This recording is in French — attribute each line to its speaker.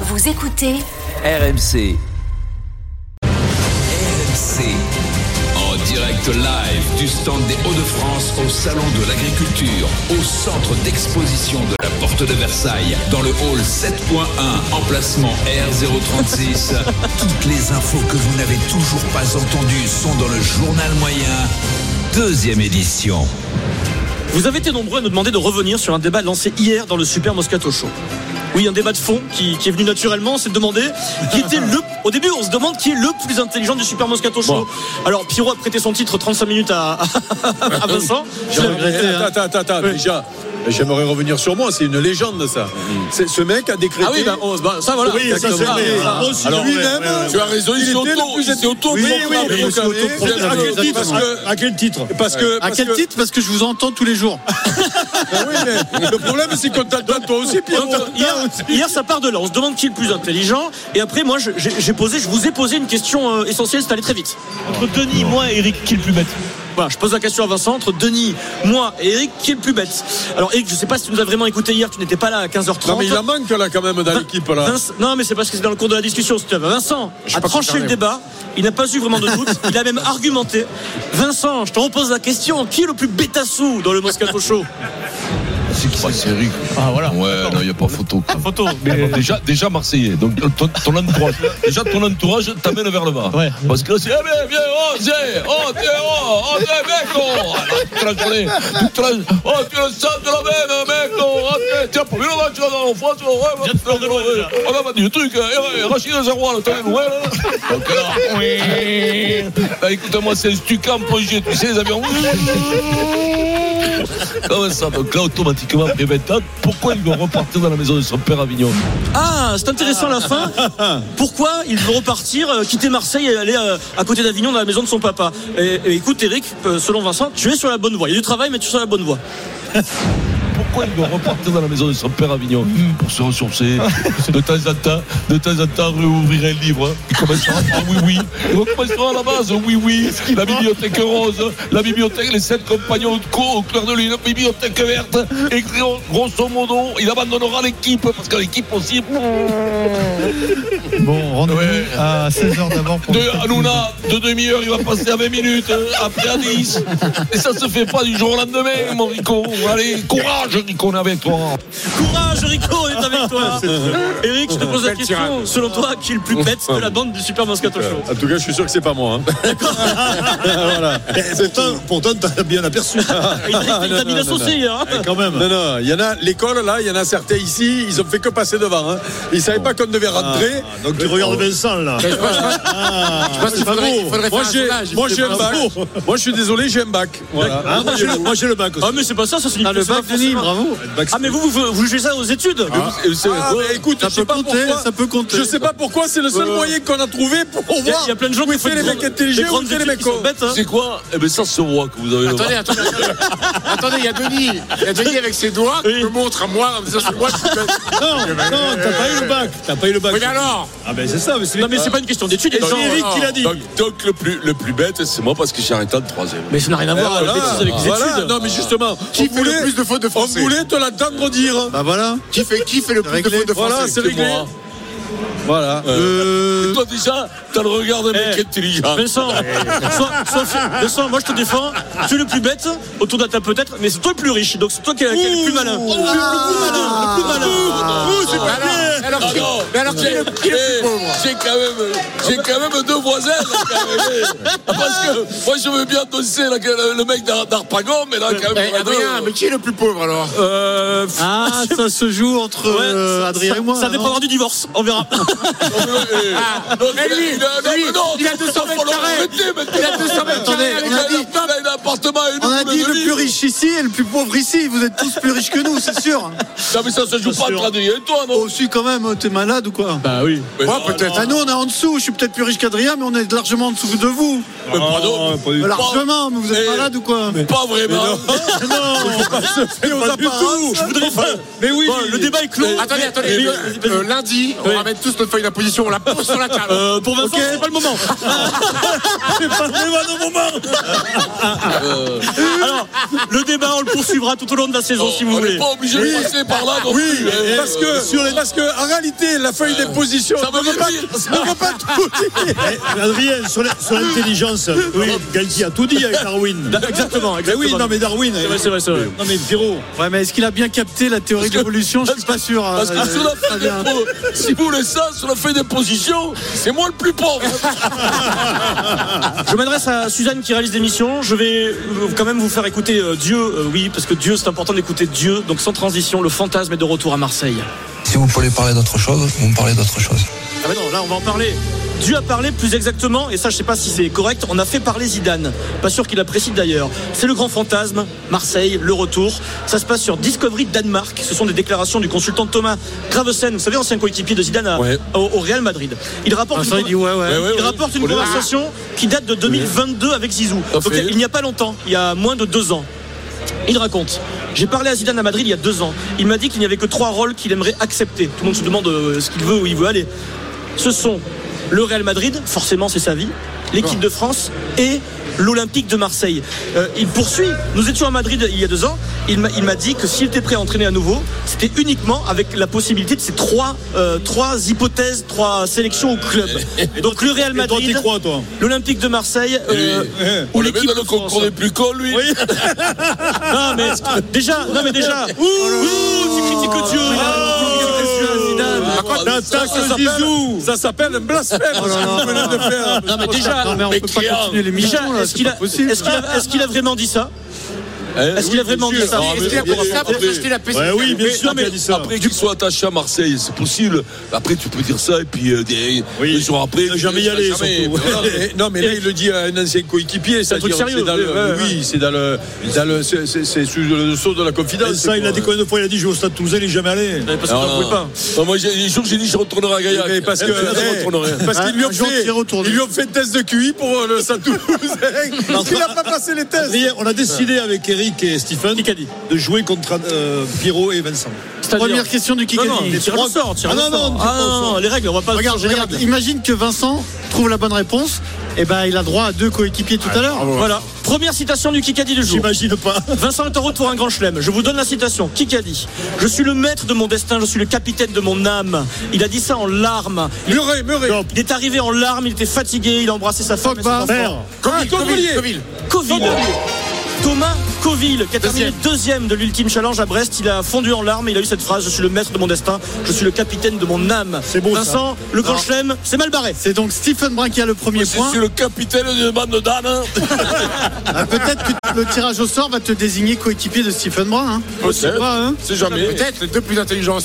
Speaker 1: Vous écoutez
Speaker 2: RMC. RMC. En direct live du stand des Hauts-de-France au Salon de l'Agriculture, au centre d'exposition de la Porte de Versailles, dans le hall 7.1, emplacement R036. Toutes les infos que vous n'avez toujours pas entendues sont dans le journal moyen, deuxième édition.
Speaker 3: Vous avez été nombreux à nous demander de revenir sur un débat lancé hier dans le Super Moscato Show. Oui, un débat de fond qui, qui est venu naturellement, c'est de demander qui était le. Au début, on se demande qui est le plus intelligent du Super Moscato Show. Alors, Pierrot a prêté son titre 35 minutes à, à Vincent. Je l'ai regretté, hein.
Speaker 4: Attends, attends, attends, déjà. J'aimerais revenir sur moi, c'est une légende ça. C'est- Ce mec a décrété.
Speaker 5: Ah oui, bah, on- bah, ça voilà.
Speaker 4: Oui, ça, c'est
Speaker 5: Exactement.
Speaker 4: vrai.
Speaker 5: Ah,
Speaker 4: Moi aussi, lui-même,
Speaker 5: tu as raison,
Speaker 4: il
Speaker 5: c'est
Speaker 4: était
Speaker 5: auto-
Speaker 4: le plus
Speaker 5: c'est auto-
Speaker 4: Oui, oui,
Speaker 5: proclamé.
Speaker 4: mais
Speaker 5: Parce
Speaker 4: aussi
Speaker 5: que-
Speaker 4: autoproclamé.
Speaker 5: à quel titre Parce que-
Speaker 4: À quel titre Parce que.
Speaker 6: À
Speaker 4: parce
Speaker 6: quel
Speaker 4: que-
Speaker 6: titre Parce que je vous entends tous les jours.
Speaker 4: Ah oui, mais Le problème, c'est qu'on t'entend toi aussi, Pierrot.
Speaker 3: Donc, Oh, hier, hier, ça part de là. On se demande qui est le plus intelligent. Et après, moi, je- j'ai j'ai posé, je vous ai posé une question euh, essentielle. C'est allé très vite. Entre Denis, moi et Eric, qui est le plus bête Voilà, je pose la question à Vincent. Entre Denis, moi et Eric, qui est le plus bête Alors, Eric, je sais pas si tu nous as vraiment écouté hier. Tu n'étais pas là à 15h30.
Speaker 4: Non, mais il en manque là quand même dans l'équipe là.
Speaker 3: Vince- non, mais c'est parce que c'est dans le cours de la discussion. Steve. Vincent a
Speaker 4: pas
Speaker 3: tranché
Speaker 4: concerné,
Speaker 3: le débat. Il n'a pas eu vraiment de doute. Il a même argumenté. Vincent, je te repose la question. Qui est le plus bétassou dans le Moscato Show
Speaker 7: C'est qui ça, c'est Eric Ah voilà. Ouais, non, il n'y a pas photo. quoi.
Speaker 8: photo.
Speaker 7: Alors, déjà, déjà Marseillais, donc ton, ton entourage, déjà ton entourage t'amène vers le bas.
Speaker 8: Ouais.
Speaker 7: Parce que là, c'est, eh bien, viens, oh, c'est, oh, t'es, oh, oh, t'es, mec, oh, Ah, là, toute la journée, toute la, oh, tu es le centre de la veine, mec, oh, ah, t'es, tiens, premier match, là, en France, oh, ouais,
Speaker 8: Viens de faire de loin,
Speaker 7: ouais,
Speaker 8: déjà.
Speaker 7: on a vendu le truc, hein, eh, ouais, Rachid Zerouan, là, t'as les nouvelles, hein Donc là, bah, écoute-moi, c'est un stuc en projet, tu sais, les avions. Comme ça, donc là, automatiquement, après 20 ans, pourquoi ils vont repartir dans la maison de son père à Avignon
Speaker 3: Ah, c'est intéressant la fin. Pourquoi il veut repartir, euh, quitter Marseille et aller euh, à côté d'Avignon dans la maison de son papa et, et écoute, Eric, euh, selon Vincent, tu es sur la bonne voie. Il y a du travail, mais tu es sur la bonne voie.
Speaker 7: Pourquoi il doit repartir dans la maison de son père à Avignon Pour se ressourcer. De temps en temps, de temps en temps, réouvrir un livre. hein. Il commencera par oui, oui. Il recommencera à la base, oui, oui. La bibliothèque rose, la bibliothèque, les sept compagnons de co au clair de lune, la bibliothèque verte. Et gros- grosso modo, il abandonnera l'équipe, parce qu'à l'équipe aussi,
Speaker 8: Bon, rendez-vous
Speaker 7: Ouais.
Speaker 8: à 16h d'abord pour.
Speaker 7: de Hanouna, de demi-heure, il va passer à 20 minutes, euh, après à 10. Et ça se fait pas du jour au lendemain, mon Rico. Allez, courage, Rico, on est avec toi.
Speaker 3: Courage, Rico, on est avec toi. Eric, je te pose la question. Selon toi, qui est le plus bête de la bande du Super Moscato Show
Speaker 4: En tout cas, je suis sûr que c'est pas moi. hein. Voilà. C'est tout.
Speaker 5: Pourtant, t'as bien aperçu.
Speaker 3: Il t'a il t'a mis
Speaker 4: non,
Speaker 3: la
Speaker 4: non,
Speaker 3: saucée hier. hein.
Speaker 4: Quand même. Non, non, il y en a, l'école là, il y en a certains ici, ils ont fait que passer devant. hein. Ils savaient pas qu'on devait rentrer. Ah,
Speaker 5: Donc tu regardes Vincent là.
Speaker 9: Je pense, je pense- je pense qu'il faudrait, il faudrait
Speaker 4: Moi
Speaker 9: faire un
Speaker 4: j'ai,
Speaker 9: sondage.
Speaker 4: moi j'ai un bac. Moi je suis désolé, j'ai un bac. Voilà.
Speaker 5: Hein, moi, j'ai le- moi j'ai le bac aussi.
Speaker 3: Ah, mais c'est pas ça, ça c'est une
Speaker 6: Ah, le
Speaker 3: question
Speaker 6: bac Denis,
Speaker 3: forcément.
Speaker 6: bravo.
Speaker 3: Ah, mais vous, vous, vous jugez ça aux études
Speaker 4: Ah, mais écoute,
Speaker 6: Ça
Speaker 4: je sais
Speaker 6: peut
Speaker 4: pas
Speaker 6: compter,
Speaker 4: pourquoi.
Speaker 6: ça peut compter.
Speaker 4: Je sais pas pourquoi, c'est le seul moyen qu'on a trouvé pour
Speaker 3: Il y, a-
Speaker 4: voir.
Speaker 3: il y a plein de gens
Speaker 4: où
Speaker 3: qui font
Speaker 4: étaient les
Speaker 3: des
Speaker 4: mecs
Speaker 3: grandes- des
Speaker 4: intelligents, où
Speaker 3: grandes
Speaker 4: étaient les
Speaker 3: études
Speaker 4: mecs
Speaker 3: qui sont
Speaker 4: cons.
Speaker 3: bêtes. hein.
Speaker 7: C'est quoi Eh bien ça se voit que vous avez
Speaker 9: Attendez, attendez, attendez. Attendez, il y a Denis. Il y a Denis avec ses doigts qui
Speaker 3: Oui.
Speaker 9: me montre à moi en me disant c'est moi qui suis bête.
Speaker 5: Non, non, t'as pas eu le bac. T'as pas eu le bac.
Speaker 9: Oui, mais alors
Speaker 5: Ah ben c'est ça, mais c'est
Speaker 3: Non, mais c'est pas une question d'études. il y a des gens- hein.
Speaker 9: c'est Eric qui l'a dit.
Speaker 7: Donc, donc le, plus, le plus bête, c'est moi parce que j'ai arrêté en troisième.
Speaker 3: Mais ça n'a rien à voir,
Speaker 4: Voilà.
Speaker 3: les bêtises avec les
Speaker 4: Voilà.
Speaker 3: études.
Speaker 4: Non mais justement,
Speaker 9: Qui
Speaker 4: on
Speaker 9: fait le
Speaker 4: voulait,
Speaker 9: plus de fautes de
Speaker 4: on
Speaker 9: français
Speaker 4: voulait te l'entendre dire.
Speaker 6: Bah voilà.
Speaker 9: qui fait, qui fait le plus de
Speaker 6: Réglé.
Speaker 9: fautes de français
Speaker 4: Voilà, c'est réglé.
Speaker 7: moi.
Speaker 4: Voilà.
Speaker 7: Et toi déjà, t'as le regard d'un mec
Speaker 3: Eh.
Speaker 7: intelligent.
Speaker 3: Vincent, sois- sois fi- Vincent, moi je te défends. Tu es le plus bête, autour de la table peut-être, mais c'est toi le plus riche, donc c'est toi qui es qui es le plus malin.
Speaker 6: Ah.
Speaker 3: Tu es le plus malin, le plus malin.
Speaker 7: Oh,
Speaker 9: c'est pas bien alors,
Speaker 7: Ah
Speaker 9: qui-
Speaker 7: non.
Speaker 9: Ah, Mais alors, qui est le qui est le
Speaker 7: Eh,
Speaker 9: plus pauvre
Speaker 7: J'ai quand même, j'ai quand même deux voisins. quand même. eh. Ah, Parce que moi je veux bien danser là, que le, le mec d'Ar- d'Arpagon, mais là quand même.
Speaker 9: Eh,
Speaker 7: il y en a deux.
Speaker 9: Adrien, mais qui est le plus pauvre alors
Speaker 3: Euh, pff,
Speaker 6: Ah, ça se joue entre
Speaker 3: ouais,
Speaker 6: euh,
Speaker 3: ça-
Speaker 6: Adrien
Speaker 3: ça-
Speaker 6: et moi.
Speaker 3: Ça
Speaker 6: non
Speaker 3: dépendra du divorce, on verra.
Speaker 7: Eh, non,
Speaker 9: Eh, lui,
Speaker 7: il a- non,
Speaker 9: lui,
Speaker 7: mais non,
Speaker 9: il a 200 mètres
Speaker 7: faut
Speaker 9: carrés.
Speaker 7: l'arrêter maintenant.
Speaker 9: Il a 200 mètres carrés avec
Speaker 7: Il
Speaker 9: la
Speaker 7: a la femme, il a un appartement et une
Speaker 6: On a
Speaker 7: boule
Speaker 6: dit
Speaker 7: de
Speaker 6: le
Speaker 7: vie.
Speaker 6: plus riche ici et le plus pauvre ici. Vous êtes tous plus riches que nous, c'est sûr.
Speaker 7: Non mais ça se joue pas entre Adrien et toi, non
Speaker 6: Oh, si, quand même, t'es malade ou quoi
Speaker 3: Bah oui.
Speaker 7: Mais
Speaker 9: Moi,
Speaker 7: non,
Speaker 9: peut-être.
Speaker 6: Ah, nous, on est en dessous. Je suis peut-être plus riche qu'Adrien, mais on est largement en dessous de vous.
Speaker 7: mais pas non,
Speaker 5: Ah, pas du
Speaker 6: Largement, mais vous êtes
Speaker 7: Eh,
Speaker 6: malade ou quoi
Speaker 7: Pas vraiment.
Speaker 4: Et aux apparences.
Speaker 3: Mais oui. le débat est
Speaker 7: Eh,
Speaker 3: clos.
Speaker 9: Attendez,
Speaker 3: Mais-
Speaker 9: attendez.
Speaker 3: mais-
Speaker 9: euh, euh, Lundi, on ramène tous notre feuille d'imposition, on la pose sur la table.
Speaker 3: Euh, pour Vincent, c'est pas le moment.
Speaker 7: Euh,
Speaker 3: Alors, le débat, on le poursuivra tout au long de la saison, si vous
Speaker 7: on n'est
Speaker 3: voulez.
Speaker 7: pas obligé de passer par là non
Speaker 4: Oui,
Speaker 7: plus. hein.
Speaker 4: parce que, parce que en réalité, la feuille des positions.
Speaker 3: ça
Speaker 4: ne
Speaker 3: veut
Speaker 4: veut pas,
Speaker 3: dire, ça.
Speaker 4: ne veut pas tout dire.
Speaker 5: Eh, Adrien, sur la- sur l'intelligence, oui, Galtier a tout dit avec Darwin.
Speaker 3: Exactement,
Speaker 5: Mais oui,
Speaker 3: exactement.
Speaker 5: non mais Darwin.
Speaker 3: C'est vrai, c'est vrai, c'est vrai.
Speaker 5: Non mais Pierrot.
Speaker 6: Ouais, mais est-ce qu'il a bien capté la théorie de l'évolution Je suis pas sûr.
Speaker 7: Parce que
Speaker 6: euh,
Speaker 7: sur la feuille
Speaker 6: Fabien.
Speaker 7: des po- si vous voulez ça, sur la feuille des positions, c'est moi le plus pauvre.
Speaker 3: Je m'adresse à Suzanne qui réalise l'émission. Je vais euh, quand même vous faire écouter euh, Dieu, euh, oui, parce que Dieu, c'est important d'écouter Dieu. Donc sans transition, le fantasme est de retour à Marseille.
Speaker 1: Si vous voulez parler d'autre chose, vous me parlez d'autre chose.
Speaker 3: Ah bah non, là on va en parler. Dieu a parlé plus exactement, et ça je sais pas si c'est correct, on a fait parler Zidane. Pas sûr qu'il apprécie d'ailleurs. C'est le grand fantasme, Marseille, le retour. Ça se passe sur Discovery Danemark. Ce sont des déclarations du consultant Thomas Gravesen, vous savez, ancien coéquipier de Zidane à-
Speaker 7: Ouais.
Speaker 3: au, au Real Madrid. Il rapporte
Speaker 6: Vincent,
Speaker 3: une,
Speaker 6: il dit ouais, ouais.
Speaker 7: Ouais, ouais,
Speaker 3: il
Speaker 7: ouais.
Speaker 3: rapporte une
Speaker 7: On est là.
Speaker 3: conversation qui date de 2022 avec Zizou.
Speaker 7: Ça
Speaker 3: Donc,
Speaker 7: fait-
Speaker 3: il n'y a pas longtemps, il y a moins de deux ans. Il raconte. J'ai parlé à Zidane à Madrid il y a deux ans. Il m'a dit qu'il n'y avait que trois rôles qu'il aimerait accepter. Tout le monde se demande euh, ce qu'il veut, où il veut aller. Ce sont le Real Madrid, forcément c'est sa vie, l'équipe de France et l'Olympique de Marseille. Euh, il poursuit. Nous étions à Madrid il y a deux ans. Il m'a il m'a dit que s'il était prêt à entraîner à nouveau, c'était uniquement avec la possibilité de ces trois, euh, trois hypothèses, trois sélections au club. Donc le Real
Speaker 5: Et toi t'y
Speaker 3: Madrid,
Speaker 5: crois toi
Speaker 3: l'Olympique de Marseille euh,
Speaker 7: On
Speaker 3: ou
Speaker 7: le met
Speaker 3: l'équipe
Speaker 7: dans
Speaker 3: de
Speaker 7: le
Speaker 3: France.
Speaker 7: concours des plus cons, lui.
Speaker 3: Non mais déjà, non mais déjà. Ouh, tu critiques Dieu.
Speaker 4: Par contre,
Speaker 7: Ah, ça,
Speaker 4: ça, ça s'appelle- ça s'appelle un blasphème. ce que vous venez de faire.
Speaker 3: Non mais déjà.
Speaker 6: Non, mais on
Speaker 7: Mais
Speaker 6: peut pas
Speaker 7: qui a-
Speaker 6: continuer l'émission.
Speaker 3: Déjà,
Speaker 6: là,
Speaker 3: est-ce
Speaker 6: c'est
Speaker 3: qu'il
Speaker 6: pas
Speaker 3: a,
Speaker 6: possible.
Speaker 3: est-ce qu'il a- est-ce qu'il a vraiment dit ça Est-ce qu'il a vraiment dit ça
Speaker 9: Est-ce qu'il a pris ça pour
Speaker 7: Attendez.
Speaker 9: acheter la PC
Speaker 5: Ouais, oui, bien
Speaker 3: mais-
Speaker 5: sûr,
Speaker 3: non, mais
Speaker 5: mais dit ça.
Speaker 7: Après qu'il soit attaché à Marseille, c'est possible. Après, tu peux dire ça et puis euh, des,
Speaker 5: Oui.
Speaker 7: deux jours après,
Speaker 5: Ne jamais y
Speaker 7: tu-
Speaker 5: aller,
Speaker 7: jamais.
Speaker 5: surtout.
Speaker 7: Voilà.
Speaker 4: Et- Non, mais là, il le dit à un ancien coéquipier.
Speaker 3: un truc
Speaker 4: C'est-à-dire,
Speaker 3: sérieux,
Speaker 4: c'est dans le,
Speaker 3: ouais, ouais,
Speaker 4: oui, c'est dans le, dans le, c'est, c'est- c'est sous le saut de la confidence.
Speaker 5: Ça, il l'a dit combien de fois Il a dit, je vais au stade Toulousain, il est jamais allé.
Speaker 3: Parce que t'en pouvais pas.
Speaker 7: Non, moi, j'ai- les jours, j'ai dit, je retournerai à Gaillac.
Speaker 4: Mais parce que,
Speaker 7: Là, je
Speaker 4: eh,
Speaker 7: retournerai.
Speaker 4: parce qu'ils lui
Speaker 6: Un
Speaker 4: ont
Speaker 6: jour,
Speaker 4: fait,
Speaker 6: tu y retournes.
Speaker 4: ils lui ont fait un test de QI
Speaker 5: euh,
Speaker 4: pour le Stade Toulousain. Il n'a pas passé les tests.
Speaker 5: Adrien, on a décidé avec Eric et Stephen de jouer contre euh, Pierrot et Vincent.
Speaker 3: C'est-à-dire-
Speaker 6: Première question du
Speaker 3: Non
Speaker 6: Kikadi.
Speaker 3: non, tire le sort, tire
Speaker 5: Ah,
Speaker 3: le
Speaker 5: non,
Speaker 3: sort.
Speaker 5: non,
Speaker 3: Ah, non, non, les règles, on va pas.
Speaker 6: Regarde,
Speaker 3: les
Speaker 6: regarde,
Speaker 3: règles.
Speaker 6: imagine que Vincent trouve la bonne réponse. Et ben, il a droit à deux coéquipiers tout à l'heure.
Speaker 3: Voilà. Première citation du Kikadi du jour.
Speaker 5: J'imagine pas.
Speaker 3: Vincent est en route pour un grand chelem. Je vous donne la citation. Kikadi. Je suis le maître de mon destin, je suis le capitaine de mon âme. Il a dit ça en larmes.
Speaker 4: Murray, Murray.
Speaker 5: Non,
Speaker 3: Il est arrivé en larmes, il était fatigué, il a embrassé sa femme. et ses
Speaker 6: Pogba.
Speaker 3: enfants.
Speaker 5: Père,
Speaker 4: Comme Covillier.
Speaker 3: Coville. Thomas Coville, qui a terminé deuxième de l'Ultime Challenge à Brest, il a fondu en larmes et il a eu cette phrase Je suis le maître de mon destin, je suis le capitaine de mon âme.
Speaker 5: C'est beau, ça.
Speaker 3: Vincent, le grand
Speaker 6: Non.
Speaker 3: chelem, c'est mal barré.
Speaker 6: C'est donc Stephen Brun qui a le premier
Speaker 7: Je
Speaker 6: point.
Speaker 7: suis le capitaine de bande d'âne.
Speaker 6: Ah, Peut-être que le tirage au sort va te désigner coéquipier de Stephen Brun. Hein.
Speaker 7: Peut-être.
Speaker 6: Pas, hein.
Speaker 7: C'est jamais.
Speaker 9: Peut-être les deux plus intelligents